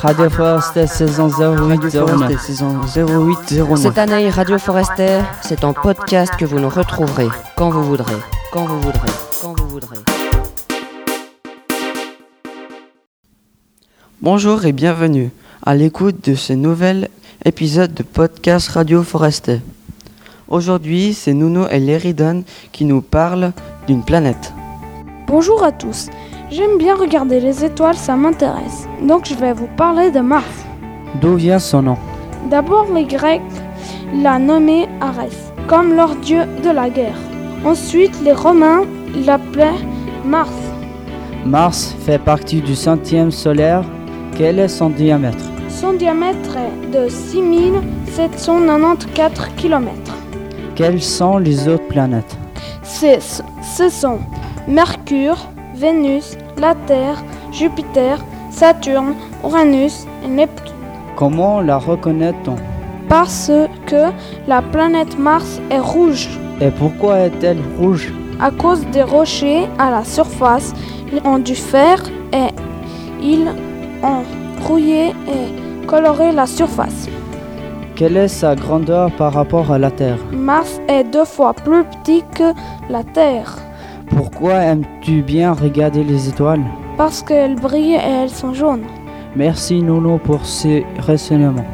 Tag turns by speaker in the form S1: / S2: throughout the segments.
S1: Radio
S2: Ah,
S1: Forest saison 08 09.
S2: saison 08
S3: Cette année, Radio Forester, c'est en podcast que vous nous retrouverez quand vous voudrez, quand vous voudrez, quand vous voudrez.
S2: Bonjour et bienvenue à l'écoute de ce nouvel épisode de podcast Radio Forester. Aujourd'hui, c'est Nuno et Leridan qui nous parlent d'une planète.
S4: Bonjour à tous. J'aime bien regarder les étoiles, ça m'intéresse. Donc je vais vous parler de Mars.
S1: D'où vient son nom
S4: D'abord, les Grecs l'a nommée Arès, comme leur dieu de la guerre. Ensuite, les Romains l'appelaient Mars.
S1: Mars fait partie du centième solaire. Quel est son diamètre
S4: Son diamètre est de 6794 km.
S1: Quelles sont les autres planètes
S4: C'est- Ce sont Mercure, Vénus, la Terre, Jupiter, Saturne, Uranus et Neptune.
S1: Comment la reconnaît-on
S4: Parce que la planète Mars est rouge.
S1: Et pourquoi est-elle rouge
S4: À cause des rochers à la surface, ils ont du fer et ils ont rouillé et coloré la surface.
S1: Quelle est sa grandeur par rapport à la Terre
S4: Mars est deux fois plus petit que la Terre
S1: Pourquoi aimes-tu bien regarder les étoiles
S4: parce qu'elles brillent et elles sont jaunes.
S1: Merci Nono pour ces renseignements.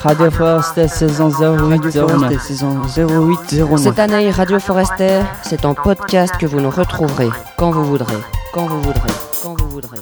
S1: Radio Forest saison 08 09.
S2: saison 08 09.
S3: Cette année, Radio Forester, c'est en podcast que vous nous retrouverez quand vous voudrez, quand vous voudrez, quand vous voudrez.